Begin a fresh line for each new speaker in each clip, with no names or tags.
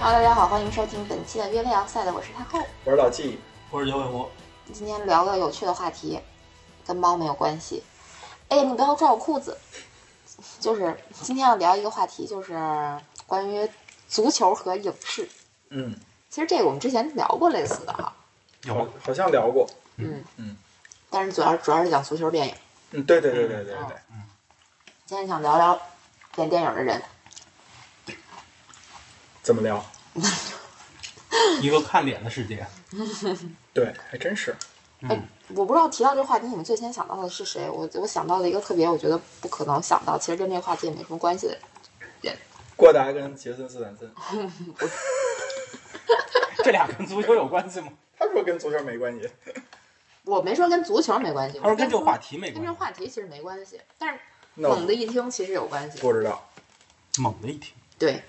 Hello，大家好，欢迎收听本期的约会 outside，我是太后。
我是老纪，
我是九尾狐，
今天聊个有趣的话题，跟猫没有关系。哎，你不要拽我裤子！ 就是今天要聊一个话题，就是关于足球和影视。
嗯，
其实这个我们之前聊过类似的哈，
好，好像聊过，
嗯
嗯，
但是主要主要是讲足球电影。
嗯，对对对对对
嗯
对，
今天想聊聊演电影的人，
怎么聊？
一个看脸的世界。
对，还真是，
嗯，
我不知道提到这个话题，你们最先想到的是谁？我我想到了一个特别，我觉得不可能想到，其实跟这个话题也没什么关系的人。
郭达跟杰森斯坦森，
这俩跟足球有关系吗？
他说跟足球没关系，
我没说跟足球没关系，
他说跟这
我
个话题没
跟这
关
个话题其实没关系，但是
那
猛
我
地一听其实有关系。
不知道
系。猛的一听
对，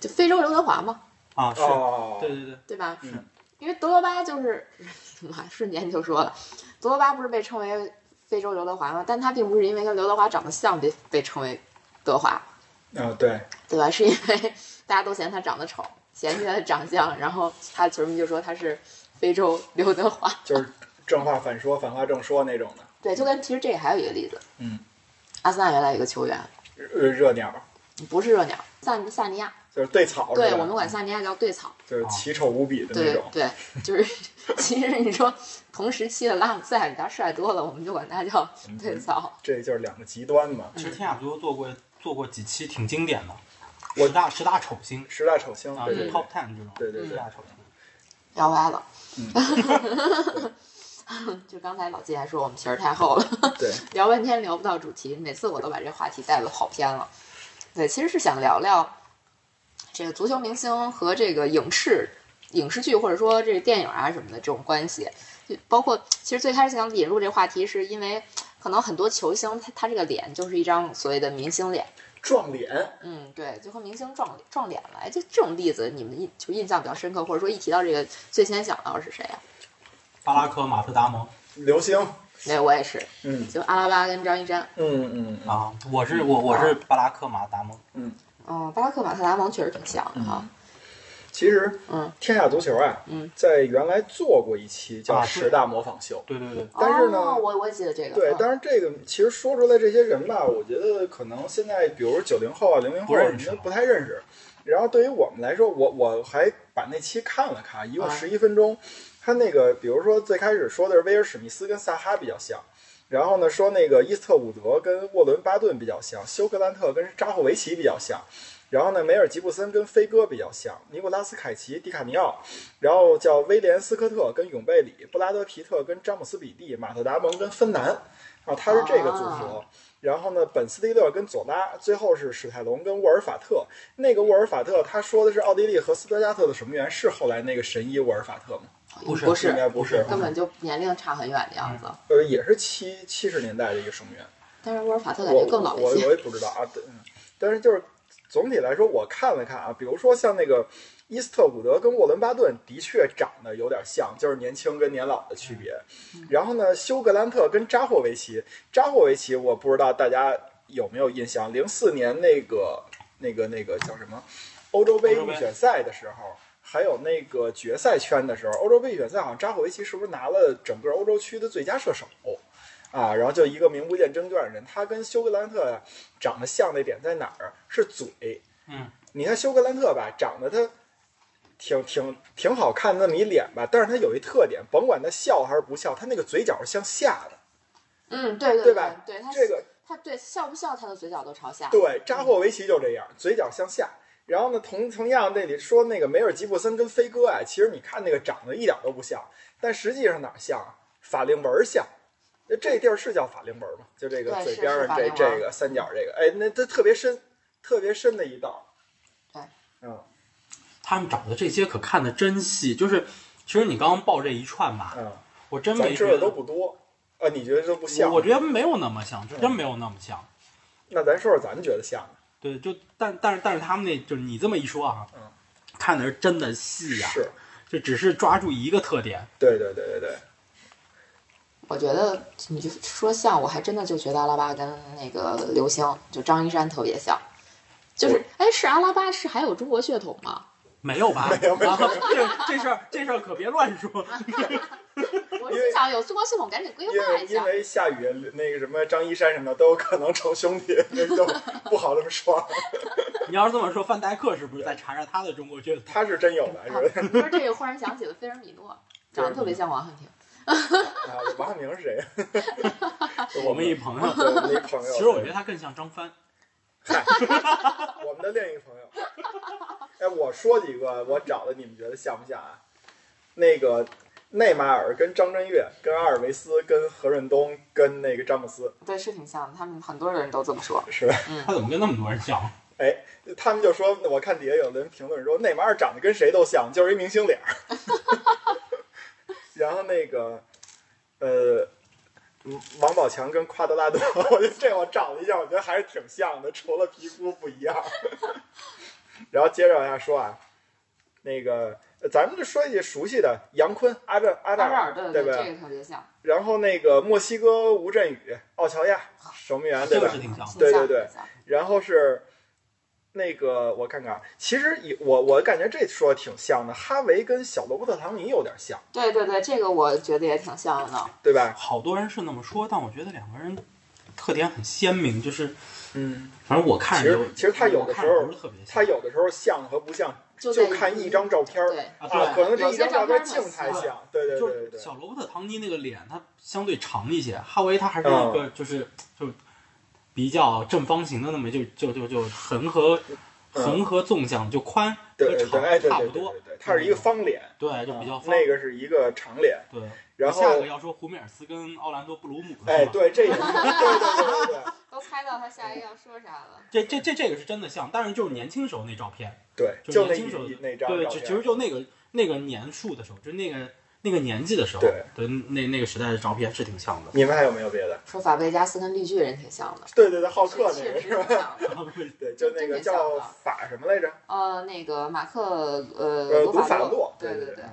就非洲刘德华嘛，
啊，是，
哦，
对对对，
对吧？
嗯
因为德罗巴就是， 妈，瞬间就说了，德罗巴不是被称为非洲刘德华吗？但他并不是因为跟刘德华长得像被被称为德华，
啊对，
对吧？是因为大家都嫌他长得丑，嫌弃他的长相，然后他球迷就说他是非洲 刘德华。
就是正话反说，反话正说那种的，
对，就跟其实这个还有一个例子，
嗯，
阿森纳原来有一个球员，
热热鸟
不是热鸟，萨萨尼亚，
就是对草，
对
是吧
我们管萨尼亚叫对草，
就是奇丑无比的那
对
种，
对，就是 其实你说同时期的拉姆塞比他帅多了，我们就管他叫
嗯
对草。
这就是两个极端嘛，
其
嗯
实天下足球做过做过几期挺经典的，
我
十大十大丑星
十大丑星，
啊
对对对
，Top Ten 这种，
对对
十
对，
大丑星。
聊歪了，
嗯，
就刚才老季还说我们皮儿太厚了，
对，
聊半天聊不到主题，每次我都把这话题带的跑偏了。对，其实是想聊聊这个足球明星和这个影视影视剧或者说这个电影啊什么的这种关系，就包括其实最开始想引入这话题，是因为可能很多球星他他这个脸就是一张所谓的明星脸。
撞脸，
嗯，对，就和明星撞撞脸来，就这种例子，你们印就印象比较深刻，或者说一提到这个，最先想到的是谁啊？
巴拉科、马特达蒙
流星，
对，我也是，
嗯
就阿拉巴跟张一山。
嗯嗯嗯，
啊，我是我我是巴拉科马特达蒙，
嗯，巴拉克马特达蒙确实挺像的哈。
其实
嗯，
天下足球啊，
嗯
在原来做过一期叫
啊
《
对啊
十大模仿秀
对对对，
但是呢
哦、我我也记得这》。个。
对
嗯，
当然这个其实说出来这些人吧，我觉得可能现在比如九零后啊、零零
不
后
认
什
识
么的不太认识。然后对于我们来说，我我还把那期看了看，一共
啊
十一分钟。他那个比如说最开始说的是威尔史密斯跟萨哈比较像，然后呢说那个伊斯特伍德跟沃伦巴顿比较像，休格兰特跟扎霍维奇比较像。然后呢，梅尔吉布森跟飞哥比较像，尼古拉斯凯奇、迪卡尼奥，然后叫威廉斯科特跟永贝里，布拉德皮特跟詹姆斯比利，马特达蒙跟芬南，啊，他是这个组合。然后呢，本斯蒂勒跟佐拉，最后是史泰龙跟沃尔法特。那个沃尔法特，他说的是奥地利和斯图加特的守门员，是后来那个神医沃尔法特吗？
不是
不
应
是，
该不是，
根本就年龄差很远的样子。
呃，也是七七十年代的一个守门员。
但是沃尔法特感
我
觉更老
我
一些。
我也不知道啊，对，嗯但是就是总体来说，我看了看啊，比如说像那个伊斯特伍德跟沃伦巴顿的确长得有点像，就是年轻跟年老的区别。
嗯
然后呢，休格兰特跟扎霍维奇，扎霍维奇我不知道大家有没有印象，零四年那个那个那个叫什么欧洲杯
欧洲杯
预选赛的时候。还有那个决赛圈的时候，欧洲杯预选赛好像扎霍维奇是不是拿了整个欧洲区的最佳射手？啊，然后就一个名不见经传的人，他跟休格兰特长得像的点在哪儿？是嘴。
嗯，
你看休格兰特吧，长得他挺挺挺好看那么一脸吧，但是他有一特点，甭管他笑还是不笑，他那个嘴角是向下的。
嗯，对对
对
对
吧，
对他
这个
他对笑不笑，他的嘴角都朝下。
对，扎霍维奇就这样，嘴角向下。然后呢，同同样那里说那个梅尔吉布森跟飞哥啊，其实你看那个长得一点都不像，但实际上哪儿像啊？法令纹儿像。那这地儿是叫法令纹儿吗？就这个
对
嘴
是
边
是
上
法
这
令纹儿
这个三角这个，哎，那它特别深，特别深的一道。
对，
嗯
他们找的这些可看的真细，就是其实你刚刚报这一串吧，
嗯，
我真
咱
没
知
觉
道
得
都不多啊，你觉得都不像？
我我觉得没有那么像，就真没有那么像。
那咱说说咱觉得像的，
对，就但但是但是他们那就是你这么一说啊，
嗯
看的是啊真的细呀、
是，
就只是抓住一个特点，
对对对对对，
我觉得你就说像，我还真的就觉得阿拉巴跟那个刘星，就张一山特别像，就是哎，是阿拉巴是还有中国血统吗？
没有吧？没有没有，这这事儿这事儿可别乱 说。
我是想有中国系统赶紧规
因
划
为
一
因
下。
为下雨，那个什么张一山什么的都有可能成兄 弟，都不好这么说。
你要是这么说，范戴克是不是在查查他的中国血统？
他是真有的，是吧？
不是这个，忽然想起了菲尔米 诺，长得特别像王汉廷。
啊，王汉明是谁？
我们一朋友。
对我们一朋友。
啊其实我觉得他更像张帆。
我们的另一个朋友。哎，我说几个我找的，你们觉得像不像啊？那个内马尔跟张震岳、跟阿尔维斯、跟何润东、跟那个詹姆斯，
对，是挺像的，他们很多人都这么说。
是吧？
他怎么跟那么多人像？
哎，他们就说，我看底下有人评论说内马尔长得跟谁都像，就是一明星脸儿。 然后那个，呃。嗯王宝强跟夸德拉多， 我觉得这我找了一下，我觉得还是挺像的，除了皮肤不一样。 然后接着往下说啊，那个呃咱们就说一些熟悉的，杨坤、阿扎阿扎
扎
尔，
尔，
对
对哦
不
对，
对？
这个特别像，
然后那个墨西哥吴镇宇、奥乔亚、守门员，对
这
吧？
个是挺像的。
对
挺像
对对
挺像
然后是那个我看看，啊，其实也我我感觉这说的挺像的，哈维跟小罗伯特唐尼有点像，
对对对，这个我觉得也挺像的呢。
对吧？
好多人是那么说，但我觉得两个人特点很鲜明，就是
嗯，
反正我看
其
着
实
就
其实他有的时候
我看着不是特别像
他有的时候像和不像
就
就
在
看一张照片儿
对
啊，
啊，可
对，啊
能这一张照片镜才
有些
像，对对
就
对对
是
对，
小罗伯特·唐尼那个脸，他相对长一些，哈维他还是一
嗯
个就是就比较正方形的那么就就就就横和
嗯
横和纵向就宽
对
和
对对，
长
哎对
差
对
不
对
多
对，对，它是一个方脸，
对就比较
啊
方
那个是一个长脸，
对。
然
下
后
个要说胡梅尔斯跟奥兰多·布鲁姆的
哎
是吧？
对， 这也是对对对对对
都猜到他下一个要说啥了。
这这这这个是真的像，但是就是年轻时候那照片，
对，
就
就那
年轻时候
一那张
对，
照片
就其实就那个那个年数的时候，就那个那个年纪的时候，
对
那那个时代的照片是挺像的。
你们还有没有别的？
说法贝加斯跟绿巨人挺像的，
对对对，浩克那
确
个
实
是吧？
挺像的。
对，就那个叫法什么来着？
呃，那个马克呃
呃，
罗
读法
洛，
洛，
对
对嗯
对
对。。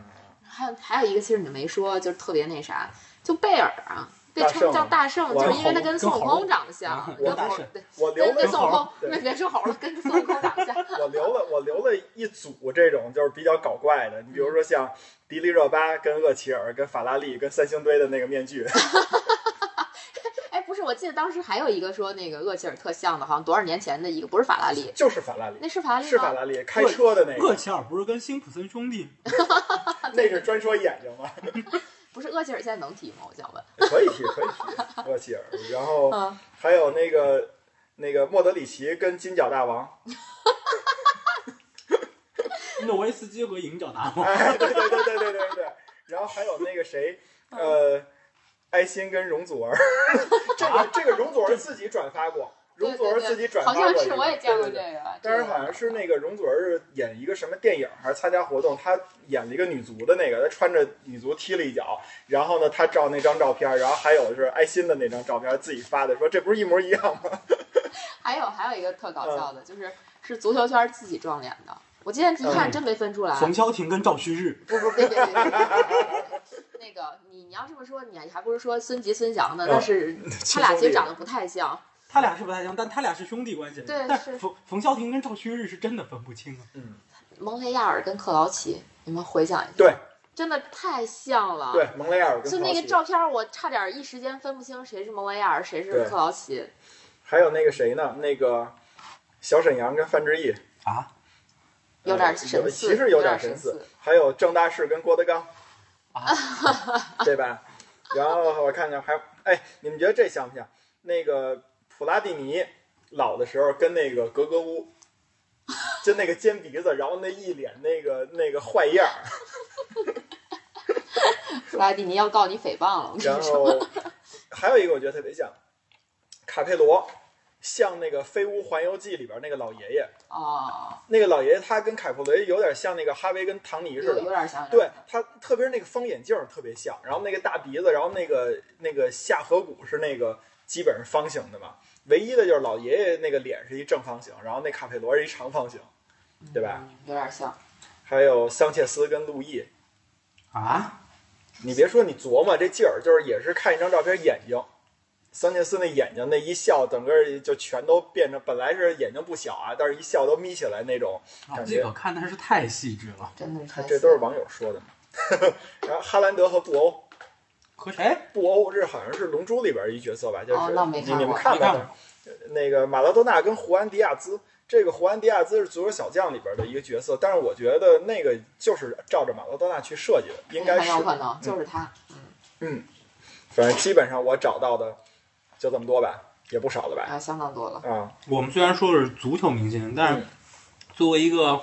还有还有一个，其实你没说，就是特别那啥，就贝尔啊，被
大
称
圣
叫
啊
大圣，
我
就是因为他跟
跟
孙悟
猴
空长得像
啊，
跟
我大
猴
圣
对
我留
跟
了
跟孙悟空，
对
别别说猴了，跟孙悟空长得像。
我留了我留了一组这种就是比较搞怪的，你比如说像迪丽热巴、跟厄齐尔、跟法拉利、跟三星堆的那个面具，
哎，不是，我记得当时还有一个说那个厄齐尔特像的，好像多少年前的一个，不是法拉利，
就是法拉利，
那是法拉利吗？
是法拉利开车的那
厄
个，
齐尔不是跟辛普森兄弟
那是专说眼睛吗？
不是厄齐尔，现在能提吗？我想问。
可以提，可以提厄齐尔，然后
嗯，
还有那个那个莫德里奇跟金角大王，
诺维斯基和银角大王？
哎，对 对对对对对对，然后还有那个谁，
嗯
呃，埃辛跟 容祖儿，这个这个容祖儿自己转发过，容
对
祖
对
儿
对，
自己转发
好
过一
像
个，
是我也见过
对
这
对对
个，
当时好像是那个容祖儿是演一个什么电影还是参加活动，她演了一个女足的那个，她穿着女足踢了一脚，然后呢，她照那张照片，然后还有就是爱心的那张照片自己发的，说这不是一模一样吗？
还有还有一个特搞笑的，就是是足球圈自己撞脸的。我今天一看
嗯
真没分出来。
冯潇霆跟赵旭日，
不不，别别别别别别别！那个你你要这么说，你还不如说孙吉孙翔呢？但是
嗯
他俩其实长得不太像。
他俩是不太像，但他俩是兄弟关系。
对
但
是
冯冯潇霆跟赵旭日是真的分不清啊。
嗯，
蒙雷亚尔跟克劳奇，你们回想一下，
对
真的太像了。
对，蒙雷亚尔跟
就
陶
那个
喆
照片儿，我差点一时间分不清谁是蒙雷亚尔，谁是
对
克劳奇。
还有那个谁呢？那个小沈阳跟范志毅
啊
有点
呃
神似
其实
有
有点
点神
似
似。
还有郑大士跟郭德纲，
啊，
对吧？然后我看看还哎，你们觉得这像不像？那个普拉蒂尼老的时候跟那个格格巫，就那个尖鼻子，然后那一脸那个那个坏样儿，
布拉蒂尼要告你诽谤了，我跟
然
你说。
后还有一个我觉得特别像卡佩罗，像那个《飞屋环游记》里边那个老爷爷，
哦，
那个老爷爷他跟凯普雷有点像那个哈维跟唐尼似
有
的
有，点像。有点
对
像
他，特别是那个方眼镜儿特别像，然后那个大鼻子，然后那个那个下颌骨是那个基本是方形的嘛，唯一的就是老爷爷那个脸是一正方形，然后那卡佩罗是一长方形，对吧？
嗯有点像。
还有桑切斯跟路易，
啊，
你别说你琢磨这劲儿，就是也是看一张照片眼睛，桑切斯那眼睛那一笑，整个就全都变成本来是眼睛不小啊，但是一笑都眯起来那种
啊
感
这
觉。
个看的是太细致了。
真的是太
这都是网友说的嘛。 然后哈兰德和布欧，
可是哎，
布欧这好像是《龙珠》里边一角色吧？就是、
哦那没
你
看
你们
过
看
没看
吧。那个马拉多纳跟胡安·迪亚兹，这个胡安·迪亚兹是足球小将里边的一个角色，但是我觉得那个就是照着马拉多纳去设计的，应该
很
是
有可能就是他。嗯，
反正基本上我找到的就这么多吧，也不少了吧？
啊，相当多了。
啊，
我们虽然说是足球明星，
嗯
但是作为一个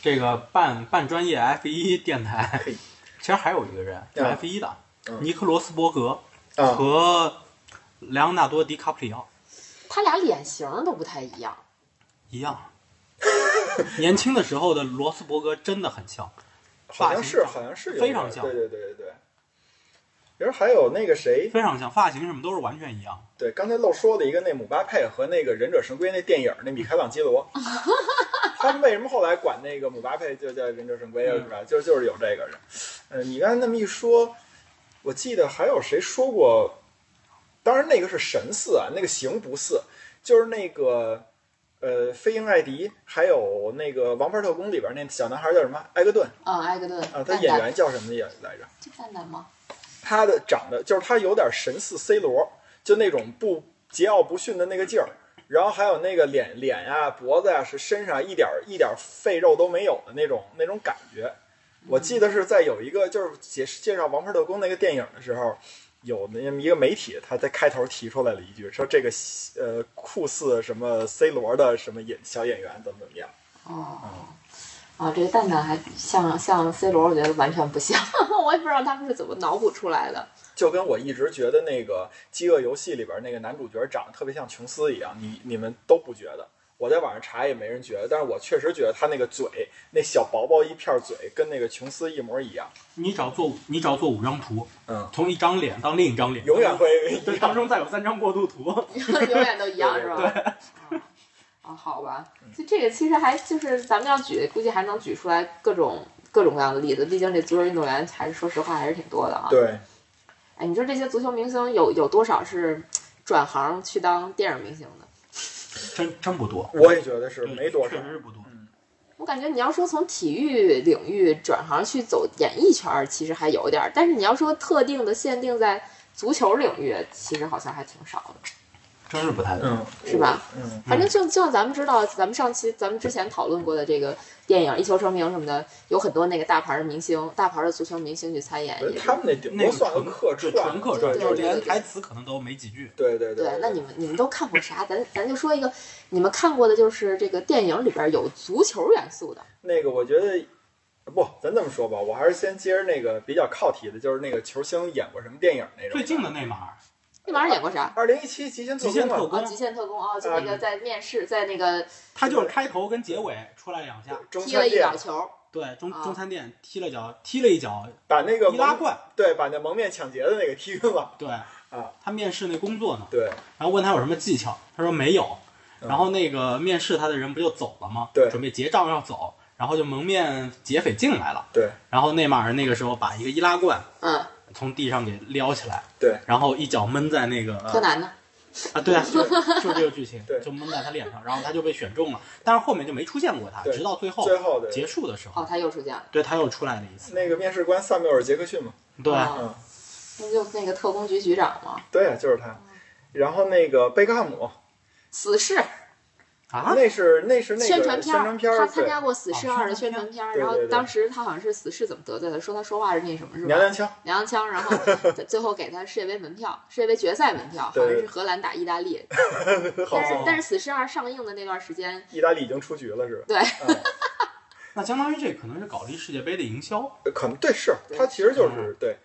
这个半半专业 F 一电台
嘿，
其实还有一个人是 F 一的，
嗯
尼克罗斯伯格
啊，
和莱昂纳多·迪卡普里奥
他俩脸型儿都不太一样，
一 样。年轻的时候的罗斯伯格真的很像，
好像是
发型
好像是有
非常
点
像
对对对对对。然后还有那个谁，
非常像，发型什么都是完全一样。
对，刚才漏说了一个那姆巴佩和那个忍者神龟那电影儿那米开朗 基罗，他们为什么后来管那个姆巴佩就叫忍者神龟啊
嗯
是吧？就就是有这个人。呃，你刚才那么一说，我记得还有谁说过，当然那个是神似啊，那个形不似，就是那个呃飞鹰艾迪，还有那个王牌特工里边那小男孩叫什么埃格顿
嗯，埃格顿
啊，他
蛋
演
蛋，
员叫什么演来着？
这蛋蛋吗？
他的长得就是他有点神似 C 罗，就那种不桀骜不驯的那个劲儿，然后还有那个脸脸呀、脖子呀、是身上一点儿一点儿废肉都没有的那种那种感觉。我记得是在有一个就是介介绍《王牌特工》那个电影的时候，有那么一个媒体他在开头提出来了一句，说这个呃酷似什么 C 罗的什么演小演员怎么怎么样。
哦。
嗯
啊，这个蛋蛋还像像 C 罗，我觉得完全不像， 我也不知道他们是怎么脑补出来的。
就跟我一直觉得那个《饥饿游戏》里边那个男主角长得特别像琼斯一样，你你们都不觉得。我在网上查也没人觉得，但是我确实觉得他那个嘴，那小薄薄一片嘴，跟那个琼斯一模一样，
你只要做你只要做五张图，
嗯，
从一张脸到另一张脸，
永远会一
对当
样。
中再有三张过渡图。
永 远都一样是吧？对。 啊，好吧，
嗯
就这个其实还就是咱们要举，估计还能举出来各种各种各样的例子。毕竟这足球运动员还是说实话还是挺多的啊。。
对，
哎，你说这些足球明星有有多少是转行去当电影明星的？
真真不多，
我也觉得是
对
没多少
确。实是不多。
我感觉你要说从体育领域转行去走演艺圈儿，其实还有点儿；但是你要说特定的限定在足球领域，其实好像还挺少的。
真是不太多。
嗯，
是吧？
嗯，
反正就就像咱们知道，咱们上期咱们之前讨论过的这个电影《一球成名》什么的，有很多那个大牌的明星、大牌的足球明星去参演
我
也
觉。得
是
呃他们那顶
那
多
个
算
纯
客
对
串，
纯客串，
对
就
对
是
对
连
对
台词可能都没几句。
对对
对
对，。
那你们你们都看过啥？咱咱就说一个，你们看过的就是这个电影里边有足球元素的。
那个我觉得不，咱这么说吧，我还是先接着那个比较靠题的，就是那个球星演过什么电影那种。
最近的内马尔，
那玩意儿演过啥？
二零一七《极限特工
极限》
嘛
特，
啊，
工
《极，限特工》啊，就那个
啊
在面试，在那个
他就是开头跟结尾出来两下，
中
踢了
餐
一
店
脚球，
对中
啊
中餐店踢了脚，踢了一脚
把那个
易拉
蒙
罐，
对，把那蒙面抢劫的那个 踢晕了。
对
啊
他面试那工作呢，
对
然后问他有什么技巧，他说没有。
嗯
然后那个面试他的人不就走了吗？
对
准备结账要走，然后就蒙面劫匪进来了。
对，
然后内马尔那个时候把一个易拉罐
嗯，
从地上给撩起来，
对，
然后一脚闷在那个
柯南呢？
啊，对啊，就是这个剧情
对，
就蒙在他脸上，然后他就被选中了，但是后面就没出现过他，
对
直到最后
最后的
结束的时
哦
候，，
他又出现了，
对他又出来了一次，
那个面试官萨缪尔·杰克逊嘛，
对，啊
哦
嗯，
那就那个特工局局长嘛，
对啊，就是他。然后那个贝克汉姆，
死侍。
啊，
那是那是那个
宣传片儿，
片
他
儿，
参
对，哦
加过《死侍二》的宣传片儿，
对
然后
对对
当时他好像是死侍怎么得罪的，说他说话是那什么是
娘
吧？
娘腔，
娘娘腔，然 后最后给他世界杯门票，世界杯决赛门票，好
对
像是荷兰打意大利，
好
但是
哦
但是《死侍二》上映的那段时间，
意大利已经出局了是吧？
对
嗯，
那相当于这可能是搞了一世界杯的营销，
可能对嗯是，
对
他其实就是对。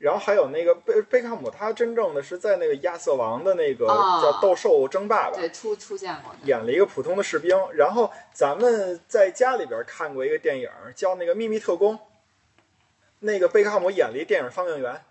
然后还有那个贝贝克汉姆，他真正的是在那个亚瑟王的那个
啊
叫斗兽争霸吧，
对出出现过的，
演了一个普通的士兵。然后咱们在家里边看过一个电影，叫那个《秘密特工》，那个贝克汉姆演了一电影放映员，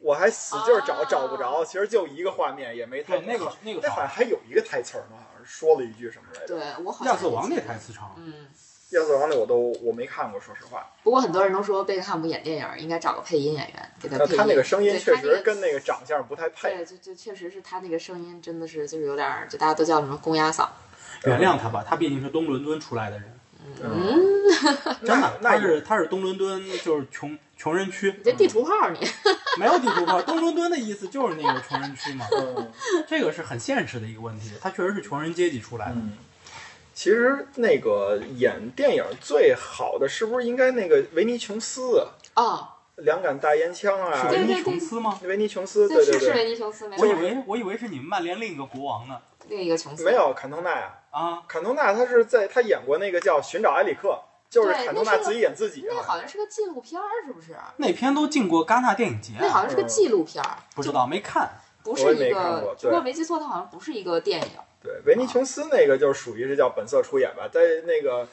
我还使劲找、
啊
找不着，其实就一个画面，也没太
对，那个那个
那好
长
像还有一个台词儿呢，好像是说了一句什么来着？
对我好像
亚瑟王那台词长，
嗯，
亚瑟王那我都我没看过，说实话。
不过很多人都说贝克汉姆演电影应该找个配音演员给他
那
配音，
他那个声音
对
确
他那
实
个
跟那个长相不太配。
对，就就确实是他那个声音真的是就是有点儿，就大家都叫什么公鸭嗓，
原谅他吧，他毕竟是东伦敦出来的人，
嗯，
真
那
的，
那
他
也
是他是东伦敦就是穷穷人区
你，这地图炮你
没有地图炮，东伦敦的意思就是那个穷人区嘛，
嗯
这个是很现实的一个问题，他确实是穷人阶级出来的，
嗯，其实那个演电影最好的是不是应该那个维尼琼斯啊？
哦，
两杆大烟枪啊
是，
对
维
对
尼琼斯吗？
维尼琼斯，
对
对
是
对
是
对，
维尼琼斯，没
我以
错，
为我以为是你们曼联另一个国王呢
另一个琼斯
没。有坎通纳啊，
啊！
坎通纳他是在他演过那个叫《寻找埃里克》，就是
对
坎通
那
纳
是
自己演自己
那
啊。
好像是个纪录片儿，是不是？
那篇都进过戛纳电影节
那
啊，
好像是个纪录片儿，
不知道没看。
不
我
是
也没
一
看
个
过。
如果
对
嗯没记错，它好像不是一个电影。
对，维尼琼斯那个就是属于是叫本色出演吧，在那个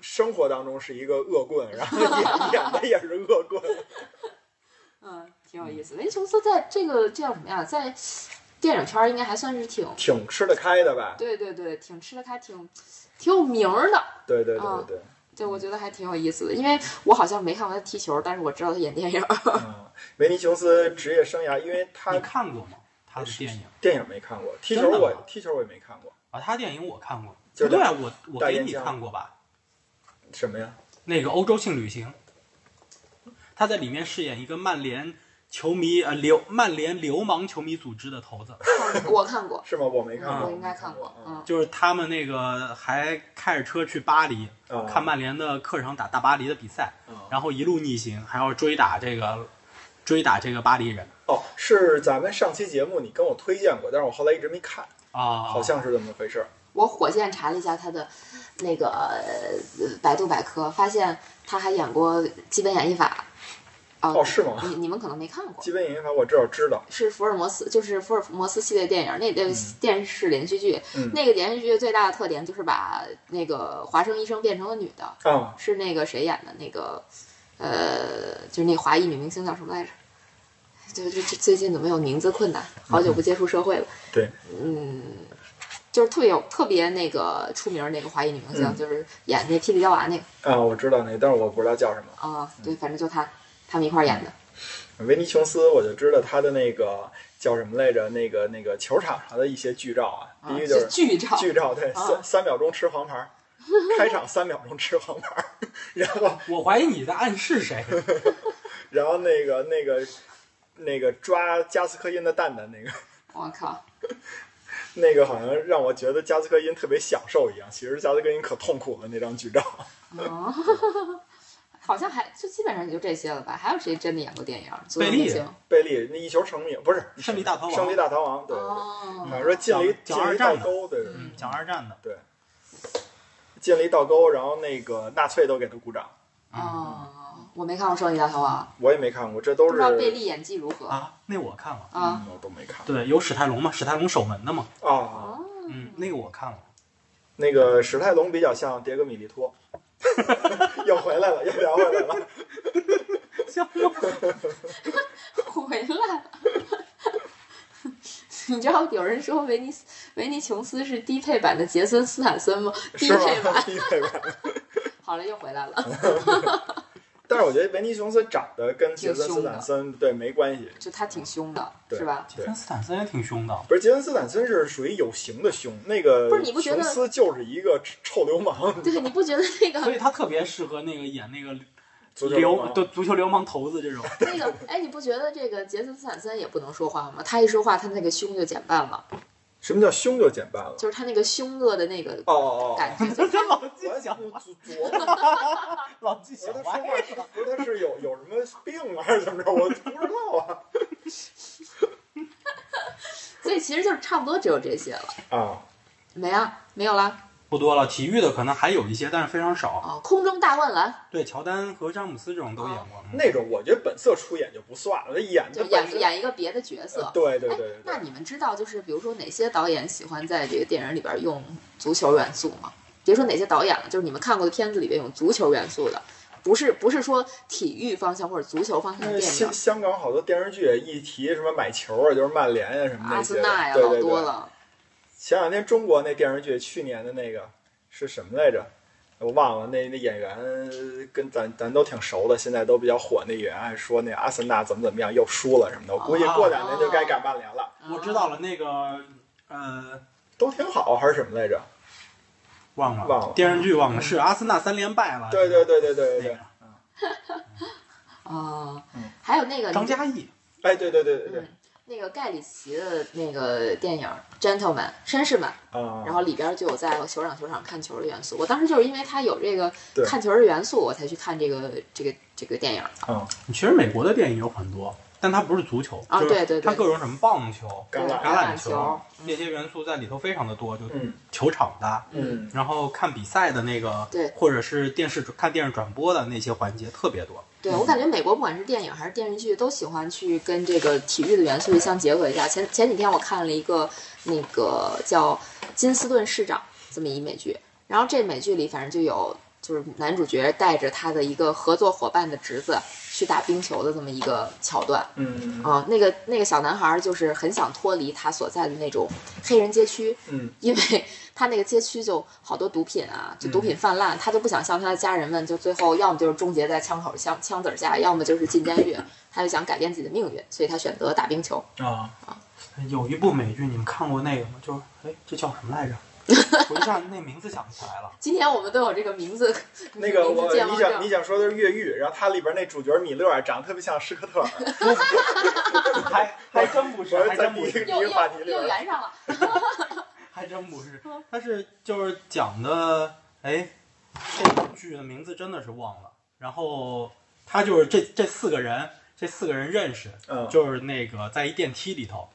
生活当中是一个恶棍，然后演演的也是恶棍。
嗯，挺有意思。维尼琼斯在这个这叫什么呀？在电影圈儿应该还算是挺，
挺吃得开的吧？
对对对，挺吃得开，挺挺有名儿的。
对对对
啊
对，
对，我觉得还挺有意思的，因为我好像没看过他踢球，但是我知道他演电影。
嗯，维尼琼斯职业生涯，因为
你
他
看过吗？他的电影
电影没看过，踢球
真的吗
我踢球我也没看过，
啊，他的电影我看过。
就
不
是
对啊，我我
大
给
岩
你
浆
看过吧？
什么呀？
那个《欧洲性旅行》，他在里面饰演一个曼联球迷呃流曼联流氓球迷组织的头子，
我看过，
是吗？我没看过，
我应该看过。嗯，
就是他们那个还开着车去巴黎
嗯，
看曼联的客场打大巴黎的比赛，
嗯
然后一路逆行，还要追打这个追打这个巴黎人
哦，是咱们上期节目你跟我推荐过，但是我后来一直没看，
啊，
好像是这么回事儿。
我火箭查了一下他的那个呃百度百科，发现他还演过《基本演绎法》啊、
哦，是吗？
你你们可能没看过
基，本演绎法我至少知道。
是福尔摩斯，就是福尔摩斯系列电影，那那电视连续剧，
嗯
那个连续剧最大的特点就是把那个华生医生变成了女的，
啊，
是那个谁演的那个，呃，就是那华裔女明星叫什么来着？就就就最近怎么有名字困难，好久不接触社会了。嗯
对，
就是特别有特别那个出名儿那个华裔女明星，
嗯
就是演那《霹雳娇娃》那个
啊，我知道那个，但是我不知道叫什么。
啊、对，反正就她，他们一块儿演的。
维尼琼斯，我就知道他的那个叫什么来着？那个那个球场上的一些剧照啊，
啊
第一个就是
剧照，
剧照，对，
啊
三三秒钟吃黄牌 儿，开场三秒钟吃黄牌儿， 然后
我怀疑你在暗示谁？
然后那个那个那个抓加斯科因的蛋蛋那个
我靠，
那个，好像让我觉得加斯科因特别享受一样，其实加斯科因可痛苦了那张剧照。
啊， 好像还就基本上也就这些了吧？还有谁真的演过电影？足球
贝利
明星
贝利那一球成名不是
胜利大逃亡
胜利大逃亡，对对对，
哦，
反正说进了一进
讲
了
二
一道
战的
沟，对对对。
嗯，讲二战的，
对，进了一道沟，然后那个纳粹都给他鼓掌。
嗯
哦，我没看过《胜利大逃亡
我也没看过，这都》，
不
是
知道贝利演技如何啊
啊，那我看了，
嗯，我都没看
对，有史泰龙嘛，史泰龙守门的嘛，
啊。
嗯，那个我看了。
那个史泰龙比较像迭戈米利托， 又回来了，又聊回来 了。
像吗？
回来了。 你知道有人说维尼斯维尼琼斯是低配版的杰森斯坦森吗？低
是吗
配 版，？
低配版。
好了，又回来了。
但是我觉得维尼琼斯长得跟杰森斯坦森对没关系，
就他挺凶的，
对
是吧？
杰森斯坦森也挺凶的，
不是杰森斯坦森是属于有型的凶，那个
不是你不觉得
琼斯就是一个臭流氓，
对，你不觉得那
所
个
以他特别适合那个演那个
足球流
流
氓
对足球流氓头子这 种。
那个？哎，你不觉得这个杰森斯坦森也不能说话吗？他一说话，他那个凶就减半了，
什么叫凶就减半了？
就是他那个凶恶的那个
哦哦哦，
感觉，就是
老纪
我
想，
我琢磨
老纪
不是
想
他说
歪
话是不是他是有有什么病啊，还是怎么着？我不知道啊。
所以其实就是差不多只有这些了，
啊，
没啊，没有啦。
不多了。体育的可能还有一些，但是非常少。
哦，空中大灌篮
对，乔丹和詹姆斯这种都演过。嗯
那种我觉得本色出演就不算了，他演
就
的本
演
身
演一个别的角色，
对对
哎
对对，对
那你们知道就是比如说哪些导演喜欢在这个电影里边用足球元素吗？别说哪些导演了，就是你们看过的片子里边有足球元素的，不是不是说体育方向或者足球方向的
呃
那
电影
香，香港好多电视剧一提什么买球啊，就是曼联啊什么
阿
那
森
些
纳呀
的，
老
对对
多
对。
了。
前两天中国那电视剧去年的那个是什么来着？我忘了那那演员跟咱咱都挺熟的，现在都比较火。那演员还说那阿森纳怎么怎么样又输了什么的，我估计
哦
过两年就该赶曼联了，
我知道了，那个呃，
都挺好啊还是什么来着？
忘了，
忘了
电视剧忘了，是阿森纳三连败了。
对对对对对对对，
哦
嗯，
还有那个
张嘉译，
哎对对对对对
嗯那个盖里奇的那个电影《Gentleman》绅士们，
啊，
嗯然后里边就有在球场球场看球的元素。我当时就是因为它有这个
对
看球的元素，我才去看这个这个这个电影的。
其实美国的电影有很多，但它不是足球
啊
就是
对对对
它各种什么棒球、
橄
对
榄
橄榄
橄榄球嗯
那些元素在里头非常的多，就
嗯
球场的，
嗯
然后看比赛的那个，
对
或者是电视看电视转播的那些环节特别多。
对我感觉美国不管是电影还是电视剧，都喜欢去跟这个体育的元素相结合一下。前前几天我看了一个那个叫《金斯顿市长》这么一美剧，然后这美剧里反正就有就是男主角带着他的一个合作伙伴的侄子去打冰球的这么一个桥段。
嗯
啊，那个那个小男孩儿就是很想脱离他所在的那种黑人街区，
嗯，
因为 他那个街区就好多毒品啊，就毒
嗯
品泛滥，他就不想像他的家人们，就最后要么就是终结在枪口枪枪子儿下，要么就是进监狱，他就想改变自己的命运，所以他选择打冰球。
啊，有一部美剧，你们看过那个吗？就是哎，这叫什 么来着？我一下那名字想不起来了。
今天我们都有这个名字，
那个
名
我
字健
你
忘
想
症
你。想说的是越狱，然后它里边那主角米勒儿长得特别像施科特尔，
还还真不是，
我
还
在
真
你
不是，
你
又
个
又
话题里
又
边，
圆上了，
还真不是。但是就是讲的，哎，这部剧的名字真的是忘了。然后他就是这这四个人，这四个人认识，
嗯
就是那个在一电梯里头，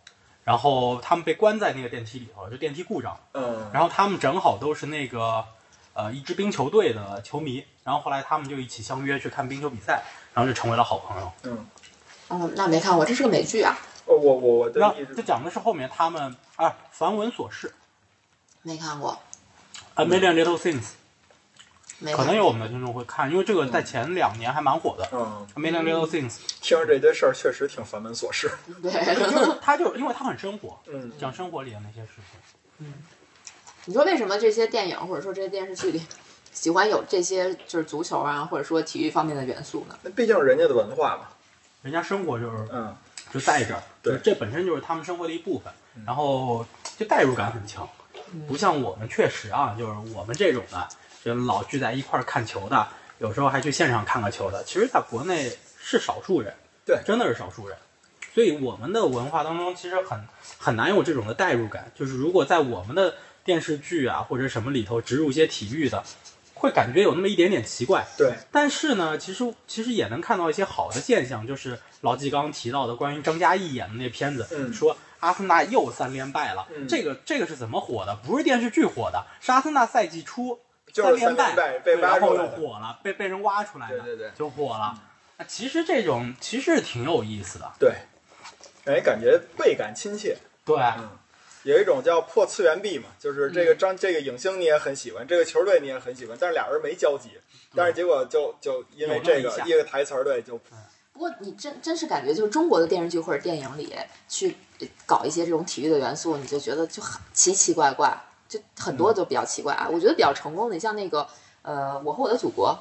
然后他们被关在那个电梯里头，就电梯故障。
嗯
然后他们正好都是那个呃一支冰球队的球迷，然后后来他们就一起相约去看冰球比赛，然后就成为了好朋友。
嗯，
嗯，那没看过，这是个美剧啊，
哦我我我对
那
一直
这讲的是后面他们啊繁文琐事
没看过，
嗯
，A Million Little Things。
没
可
看过。
能有我们的听众会看，因为这个在前两年还蛮火的。
嗯
A Million Little Things，
听着这堆事儿确实挺烦门琐事，
对，
就是它就是因为它很生活，
嗯
讲生活里的那些事情。
你说为什么这些电影或者说这些电视剧里喜欢有这些就是足球啊，或者说体育方面的元素呢？
那毕竟是人家的文化嘛，
人家生活就是
嗯
就在这儿，
对
就这本身就是他们生活的一部分，然后就代入感很强，不像我们确实啊，就是我们这种的，就老聚在一块儿看球的，有时候还去现场看个球的，其实在国内是少数人，
对
真的是少数人，所以我们的文化当中其实很很难有这种的代入感，就是如果在我们的电视剧啊或者什么里头植入一些体育的，会感觉有那么一点点奇怪，
对，
但是呢，其实其实也能看到一些好的现象，就是老纪刚刚提到的关于张嘉译演的那片子，
嗯
说阿森纳又三连败了，
嗯
这个这个是怎么火的？不是电视剧火的，是阿森纳赛季初
就是三
连
连败被
对
挖
然后
出来
又
的
火了，被被人挖出来的，
对对对嗯
就火了。啊其实这种其实挺有意思的，
对，让人感觉倍感亲切。
对，
有一种叫破次元壁嘛，就是
嗯
这个张、这个影星你也很喜欢，这个球队你也很喜欢，但是俩人没交集，
嗯
但是结果就就因为这个
有那么一下
一个台词儿对就
不过你真真是感觉就是中国的电视剧或者电影里去搞一些这种体育的元素，你就觉得就很奇奇怪怪，就很
嗯
多都比较奇怪啊。我觉得比较成功的，你像那个呃《我和我的祖国
啊》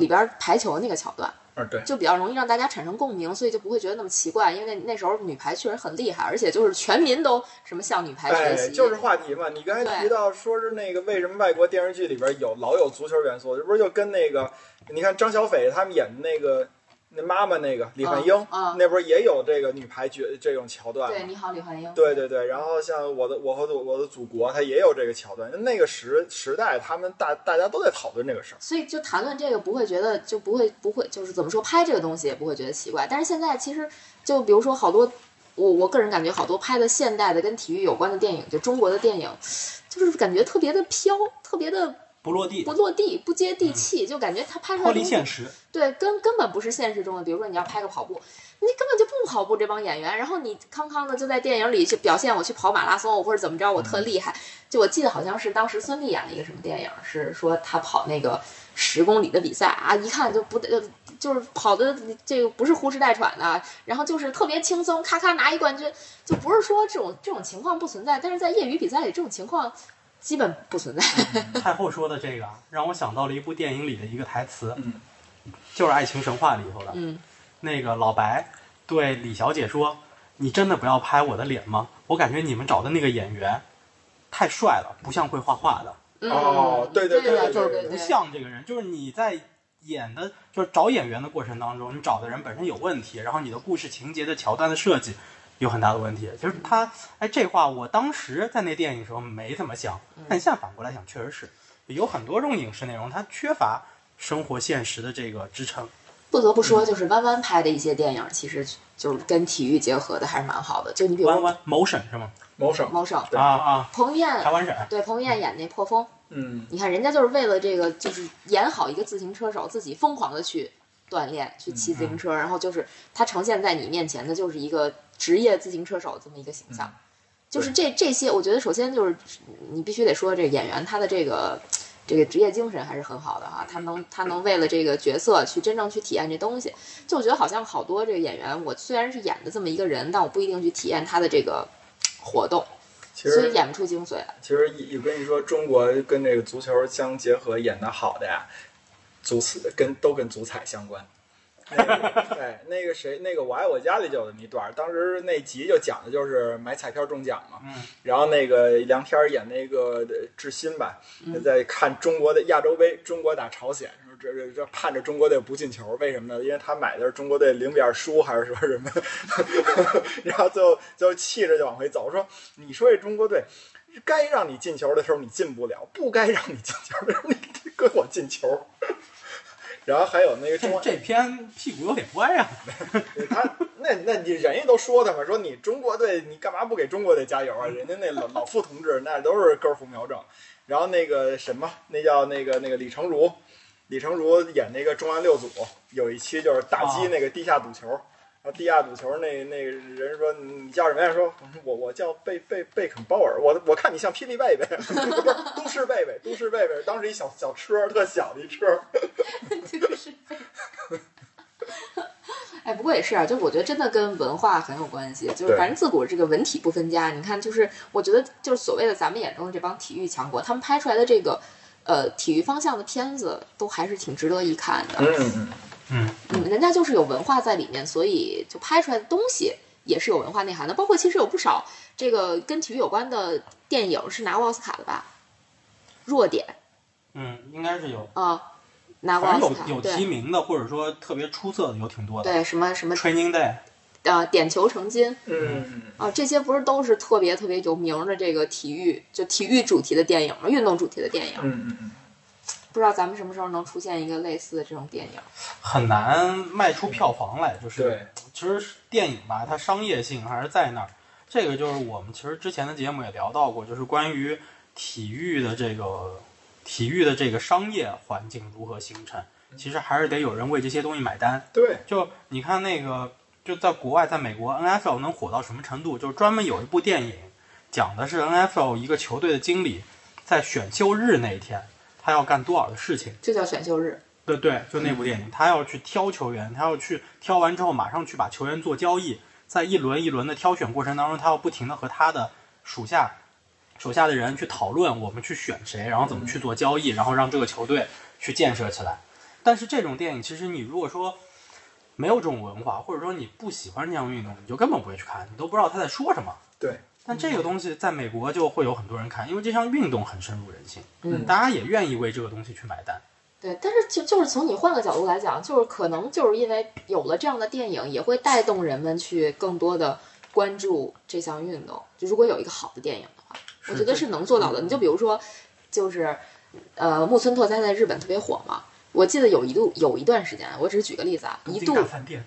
里边排球那个桥段，
啊对，
就比较容易让大家产生共鸣，所以就不会觉得那么奇怪。因为那那时候女排确实很厉害，而且就是全民都什么向女排学
哎，
习，
就是话题嘛。你刚才提到说是那个为什么外国电视剧里边有老有足球元素，这不是就跟那个你看张小斐他们演的那个那妈妈那个李焕英、
嗯嗯
那不是也有这个女排角这种桥段吗？
对，你好，李焕英，
对对对，然后像我的我和我的祖国，它也有这个桥段。那个时时代，他们大大家都在讨论这个事儿。
所以就谈论这个不会觉得就不会不会就是怎么说拍这个东西也不会觉得奇怪，但是现在其实就比如说好多我我个人感觉好多拍的现代的跟体育有关的电影，就中国的电影，就是感觉特别的飘，特别的
不落地
不，落地、不接地气，就感觉他拍出来
嗯脱
的
离
东西
现实，
对，根根本不是现实中的。比如说你要拍个跑步，你根本就不跑步这帮演员，然后你康康的就在电影里去表现我去跑马拉松，我或者怎么着，我特厉害。就我记得好像是当时孙俪演了一个什么电影，是说她跑那个十公里的比赛啊，一看就不呃就是跑的这个不是呼哧带喘的，然后就是特别轻松，咔咔拿一冠军，就不是说这种这种情况不存在，但是在业余比赛里这种情况。基本不存在。
太后说的这个让我想到了一部电影里的一个台词，
嗯
就是《爱情神话》里头的，
嗯，
那个老白对李小姐说：“你真的不要拍我的脸吗？我感觉你们找的那个演员太帅了，不像会画画的，
嗯
哦对对
对
对
对，
对
对
对
不像这个人。就是你在演的，就是找演员的过程当中，你找的人本身有问题，然后你的故事情节的桥段的设计有很大的问题。就是他，哎，这话我当时在那电影的时候没怎么想，
嗯
但现在反过来想，确实是有很多种影视内容它缺乏生活现实的这个支撑。
不得不
嗯
说，就是弯弯拍的一些电影，其实就是跟体育结合的还是蛮好的。就你比如
弯弯某省是吗？
谋省，
猫少、
对
啊啊，
彭于
台
晏，
湾省。”
对彭于晏演那破风，
嗯，
你看人家就是为了这个，就是演好一个自行车手，自己疯狂的去锻炼，去骑
嗯
自行车，然后就是他呈现在你面前的就是一个职业自行车手这么一个形象。
嗯
就是这这些，我觉得首先就是你必须得说这个演员他的这个这个职业精神还是很好的哈、他能他能为了这个角色去真正去体验这东西。就我觉得好像好多这个演员，我虽然是演的这么一个人，但我不一定去体验他的这个活动，
其
所
实
以演不出精髓来。
其实一我跟你说，中国跟这个足球相结合演的好的呀，足跟都跟足彩相关。那个对，那个谁，那个《我爱我家》里就有这么一段儿，当时那集就讲的就是买彩票中奖嘛。
嗯，
然后那个梁天儿演那个呃志新吧
嗯，
在看中国的亚洲杯，中国打朝鲜，说这这这盼着中国队不进球，为什么呢？因为他买的是中国队零比二输还是说什么， 然后最后最后气着就往回走，说你说这中国队。该让你进球的时候你进不了，不该让你进球的时候你跟我进球。 然后还有那个中
这
国，
这篇屁股有点歪啊！
他那那你人家都说他嘛，说你中国队你干嘛不给中国队加油啊？人家那老老傅同志那都是根儿胡苗正，然后那个什么，那叫那个那个李成儒，李成儒演那个重案六组有一期就是打击那个地下赌球。然后地下赌球那那个人说你叫什么呀？说我我叫贝贝贝肯鲍尔，我我看你像霹雳贝贝，不是都市贝贝，都市贝贝，当时一小小车，特小的一车，
就是。 哎，不过也是啊，就我觉得真的跟文化很有关系。就是
对
反正自古这个文体不分家，你看，就是我觉得就是所谓的咱们眼中的这帮体育强国，他们拍出来的这个呃体育方向的片子，都还是挺值得一看的。
嗯，
嗯，
嗯，人家就是有文化在里面，所以就拍出来的东西也是有文化内涵的。包括其实有不少这个跟体育有关的电影是拿过奥斯卡的吧？弱点
嗯，应该是有，
啊、拿过奥
反
斯
正
卡，
有有提
对
名的，或者说特别出色的有挺多的。
对，什么什么
Training Day，
呃点球成金。
嗯
啊，这些不是都是特别特别有名的这个体育，就体育主题的电影吗？运动主题的电影，
嗯嗯嗯，
不知道咱们什么时候能出现一个类似的这种电影。
很难卖出票房来，就是
对，
其实电影吧，它商业性还是在那儿。这个就是我们其实之前的节目也聊到过，就是关于体育的这个体育的这个商业环境如何形成，其实还是得有人为这些东西买单。
对，
就你看那个，就在国外，在美国 NFL 能火到什么程度？就是专门有一部电影，讲的是 NFL 一个球队的经理在选秀日那一天，他要干多少的事情。
这叫选秀日，
对对，就那部电影，
嗯
他要去挑球员，他要去挑完之后，马上去把球员做交易，在一轮一轮的挑选过程当中，他要不停的和他的属下手下的人去讨论，我们去选谁，然后怎么
嗯
去做交易，然后让这个球队去建设起来。但是这种电影，其实你如果说没有这种文化，或者说你不喜欢这项运动，你就根本不会去看，你都不知道他在说什么。
对。
但这
嗯
个东西在美国就会有很多人看，因为这项运动很深入人心，
嗯
大家也愿意为这个东西去买单。
对。但是就就是从你换个角度来讲，就是可能就是因为有了这样的电影，也会带动人们去更多的关注这项运动。就如果有一个好的电影的话，我觉得是嗯能做到的。你就比如说，就是呃，木村拓哉在日本特别火嘛。我记得有一度有一段时间，我只是举个例子啊，一度
东京大饭店。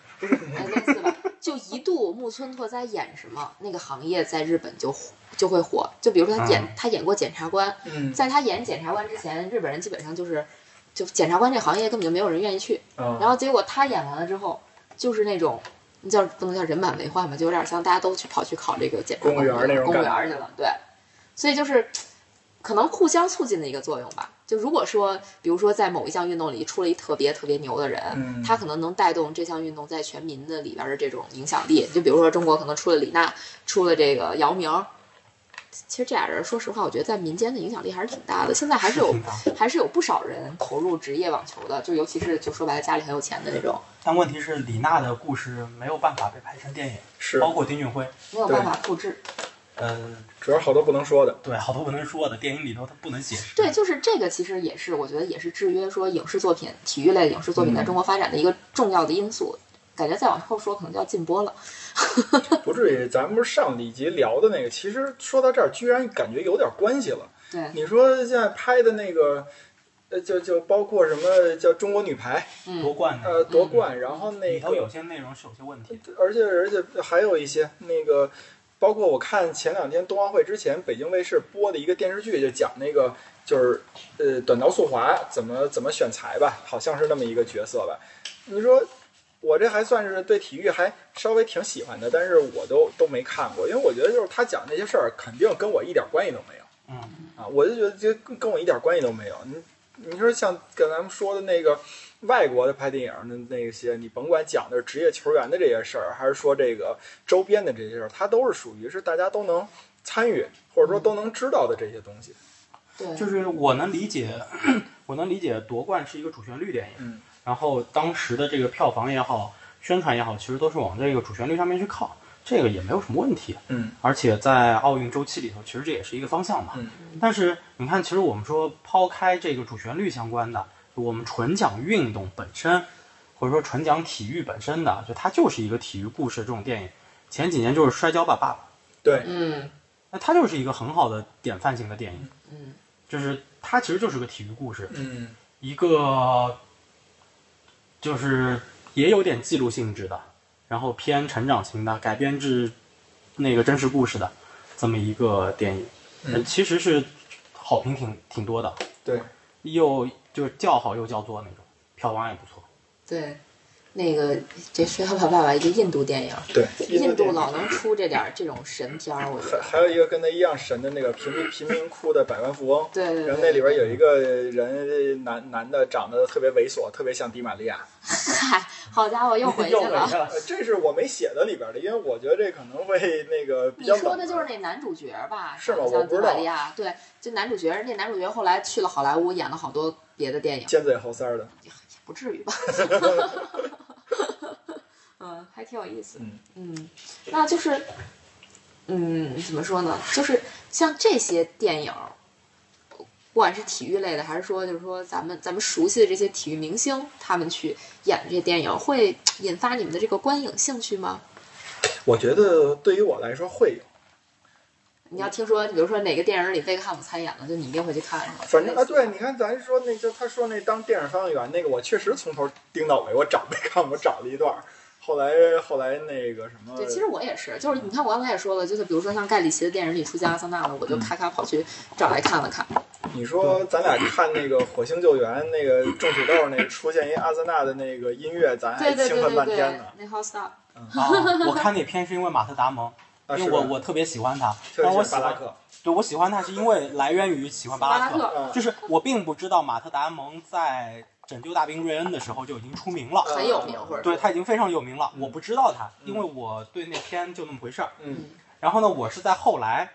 哎，类似吧。就一度木村拓哉演什么，那个行业在日本就火就会火。就比如说他演、
嗯
他演过检察官，
嗯
在他演检察官之前，日本人基本上就是就检察官这行业根本就没有人愿意去。然
嗯，
后结果他演完了之后，就是那种那叫不能叫人满为患吧，就有点像大家都去跑去考这个检察官
公务员那种
公务
感
员
觉
去了，对，所以就是可能互相促进的一个作用吧。就如果说，比如说在某一项运动里出了一特别特别牛的人，
嗯
他可能能带动这项运动在全民的里边的这种影响力。就比如说中国可能出了李娜，出了这个姚明，其实这俩人，说实话，我觉得在民间的影响力还是挺大的。现在还是 有
挺大
还是有不少人投入职业网球的，就尤其是就说白了家里很有钱的那种，
但问题是，李娜的故事没有办法被拍成电影，
是，
包括丁俊晖。
没有办法复制。
呃，
主要好多不能说的，
对，好多不能说的，电影里头它不能写实。
对，就是这个，其实也是我觉得也是制约说影视作品、体育类影视作
嗯
品在中国发展的一个重要的因素。感觉再往后说，可能就要禁播了。
不至于。咱们不是上几集聊的那个，其实说到这儿，居然感觉有点关系了。
对，
你说现在拍的那个，呃，就就包括什么叫中国女排，
嗯
夺冠的
呃，夺冠，然后那
嗯里头有
个，
些内容是有些问题的。
而且而且还有一些那个，包括我看前两天冬奥会之前，北京卫视播的一个电视剧，就讲那个就是呃短道速滑怎么怎么选材吧，好像是那么一个角色吧。你说我这还算是对体育还稍微挺喜欢的，但是我都都没看过，因为我觉得就是他讲那些事儿，肯定跟我一点关系都没有。
嗯，
啊，我就觉得这跟跟我一点关系都没有。你你说像跟咱们说的那个外国的拍电影儿的那些，你甭管讲的是职业球员的这些事儿，还是说这个周边的这些事儿，它都是属于是大家都能参与或者说都能知道的这些东西。
对，
就是我能理解，我能理解夺冠是一个主旋律电影，
嗯，
然后当时的这个票房也好，宣传也好，其实都是往这个主旋律上面去靠，这个也没有什么问题。
嗯，
而且在奥运周期里头，其实这也是一个方向嘛。
嗯
但是你看，其实我们说抛开这个主旋律相关的，我们纯讲运动本身，或者说纯讲体育本身的，就它就是一个体育故事这种电影。前几年就是《摔跤吧，爸爸》，
对，
嗯
那它就是一个很好的典范性的电影，
嗯，
就是它其实就是个体育故事，
嗯，
一个就是也有点记录性质的，然后偏成长型的，改编至那个真实故事的这么一个电影，
嗯
呃其实是好评挺挺多的，
对，
又就是叫好又叫座那种，票房也不错。
对。那个这《摔跤吧爸爸》一个印度电影，
对，
印度
电影
老能出这点儿这种神片儿，我觉得。
还 还有一个跟他一样神的那个贫民贫民窟的百万富翁。
对对
然后
对，
那里边有一个人男男的长得特别猥琐，特别像迪玛利亚，
嗨，好家伙，又回去
又
了。
了
呃，这是我没写的里边的，因为我觉得这可能会那个比
你
较
说的
冷
就是那男主角吧？
是吗
长得
我
像迪
不知
玛
道
利亚，对，就男主角，那男主角后来去了好莱坞，演了好多别的电影，
尖嘴猴腮儿的。
不至于吧？ 嗯，还挺有意思。
嗯
嗯，那就是，嗯，怎么说呢？就是像这些电影儿，不管是体育类的，还是说就是说咱们咱们熟悉的这些体育明星，他们去演的这些电影，会引发你们的这个观影兴趣吗？
我觉得对于我来说会有，
你要听说，比如说哪个电影里贝克汉姆参演了，就你一定会去看，是吗？
反正啊，对，你看咱说那就他说那当电影放映员那个，我确实从头盯到尾，我找没看，我找了一段儿，后来后来那个什么，
对，其实我也是，就是你看我刚才也说了，就是比如说像盖里奇的电影里出现阿森纳了，我就咔咔跑去找来看了看。
你说咱俩看那个《火星救援》那个种土豆那个出现一阿森纳的那个音乐，咱还
对对
兴
对
奋
对
半
对
天呢，。
那 House Up，
啊！我看那片是因为马特·达蒙，
啊，
因
是
为我
吧
我特别喜欢他，
特
但
别
我
喜
喜
欢巴拉
欢
克，
对我喜欢他是因为来源于喜欢巴
拉
拉克，
克
嗯，
就是我并不知道马特·达蒙在拯救大兵瑞恩的时候就已经出名了，
很有名，或者
对他已经非常有名了。
嗯
我不知道他，
嗯
因为我对那片就那么回事儿。
嗯
然后呢，我是在后来，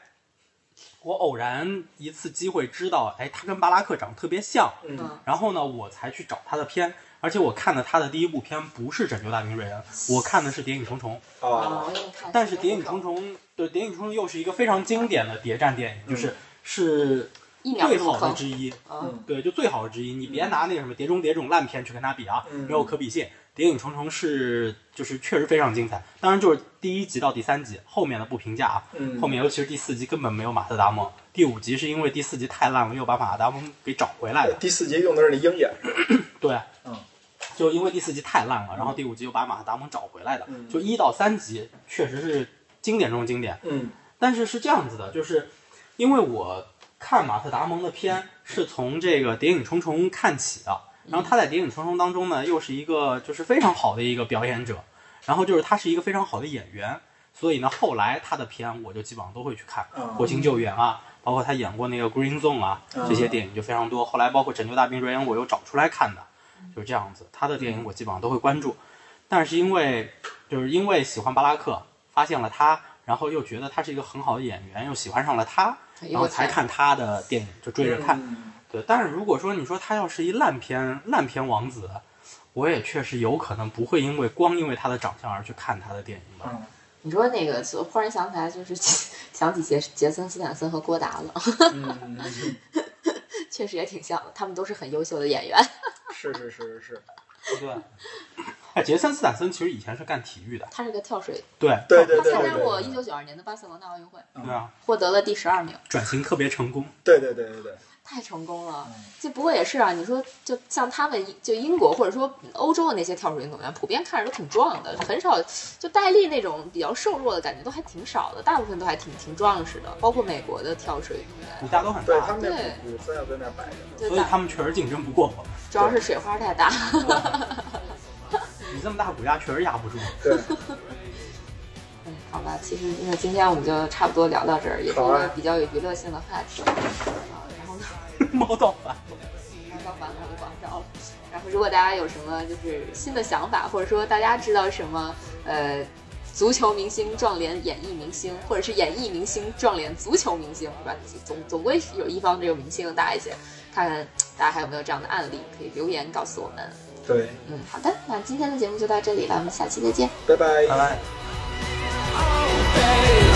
我偶然一次机会知道，哎，他跟巴拉克长得特别像。
嗯
嗯，
然后呢，我才去找他的片，而且我看的他的第一部片不是《拯救大兵瑞恩》，我看的是《谍影重重》。
啊，
啊
我给你看。
但是《谍影重重》对，《谍影重重》又是一个非常经典的谍战电影，
嗯
就是是
一秒
最
入
好的
坑，
之一。
嗯，
对，就最好之一。你别拿那个什么《碟中谍》这种烂片去跟它比啊，
嗯
没有可比性。《谍影重重》是就是确实非常精彩，当然就是第一集到第三集后面的不评价啊，
嗯，
后面尤其是第四集根本没有马特达蒙，第五集是因为第四集太烂了，又把马特达蒙给找回来
呃
了。
嗯
第四集用的是那鹰眼，
对，啊
嗯，
就因为第四集太烂了，然后第五集又把马特达蒙找回来的。
嗯
就一到三集确实是经典中经典，
嗯
但是是这样子的，就是因为我看马特·达蒙的片是从这个《谍影重重》看起的，然后他在《谍影重重》当中呢，又是一个就是非常好的一个表演者，然后就是他是一个非常好的演员，所以呢，后来他的片我就基本上都会去看，
嗯
《火星救援》啊，包括他演过那个《Green Zone》啊，这些电影就非常多。后来包括《拯救大兵瑞恩》，我又找出来看的，就是这样子。他的电影我基本上都会关注，但是因为就是因为喜欢巴拉克，发现了他，然后又觉得他是一个很好的演员，又喜欢上了他，
哎呦
然
我
后才
天
看他的电影，就追着看。
嗯
对，但是如果说你说他要是一烂片烂片王子，我也确实有可能不会因为光因为他的长相而去看他的电影吧。
嗯
你说那个，我忽然想起来，就是想起杰杰森斯坦森和郭达了，
嗯，
确实也挺像的，他们都是很优秀的演员。
是是是是是，
对。哎，杰森斯坦森其实以前是干体育的，
他是个跳水，
对
对
他
对对
参
对
加过
对
一九九二年的巴塞罗那奥运会，
对啊，
获得了第十二名，
转型特别成功。
对对对对对，
太成功了
嗯。
就不过也是啊，你说就像他们就英国或者说欧洲的那些跳水运动员，普遍看着都挺壮的，很少就戴笠那种比较瘦弱的感觉都还挺少的，大部分都还挺挺壮实的，包括美国的跳水运动员。
骨架都很
对
大
他，们那
对
骨骨子要在那摆着。
对
所以他们确实竞争不过我们。
主要是水花太大。
你这么大骨架确实压不住。
对，
嗯，好吧，其实那今天我们就差不多聊到这儿，也是一
好
个
啊
比较有娱乐性的话题。啊，然后呢，
猫盗版，
刚刚完了，我管不着了。然后，如果大家有什么就是新的想法，或者说大家知道什么呃，足球明星撞脸演艺明星，或者是演艺明星撞脸足球明星，是吧？总总归是有一方这个明星大一些，看看大家还有没有这样的案例，可以留言告诉我们。
对，
嗯，好的，那今天的节目就到这里了，我们下期再见。
拜拜。
拜拜。
baby.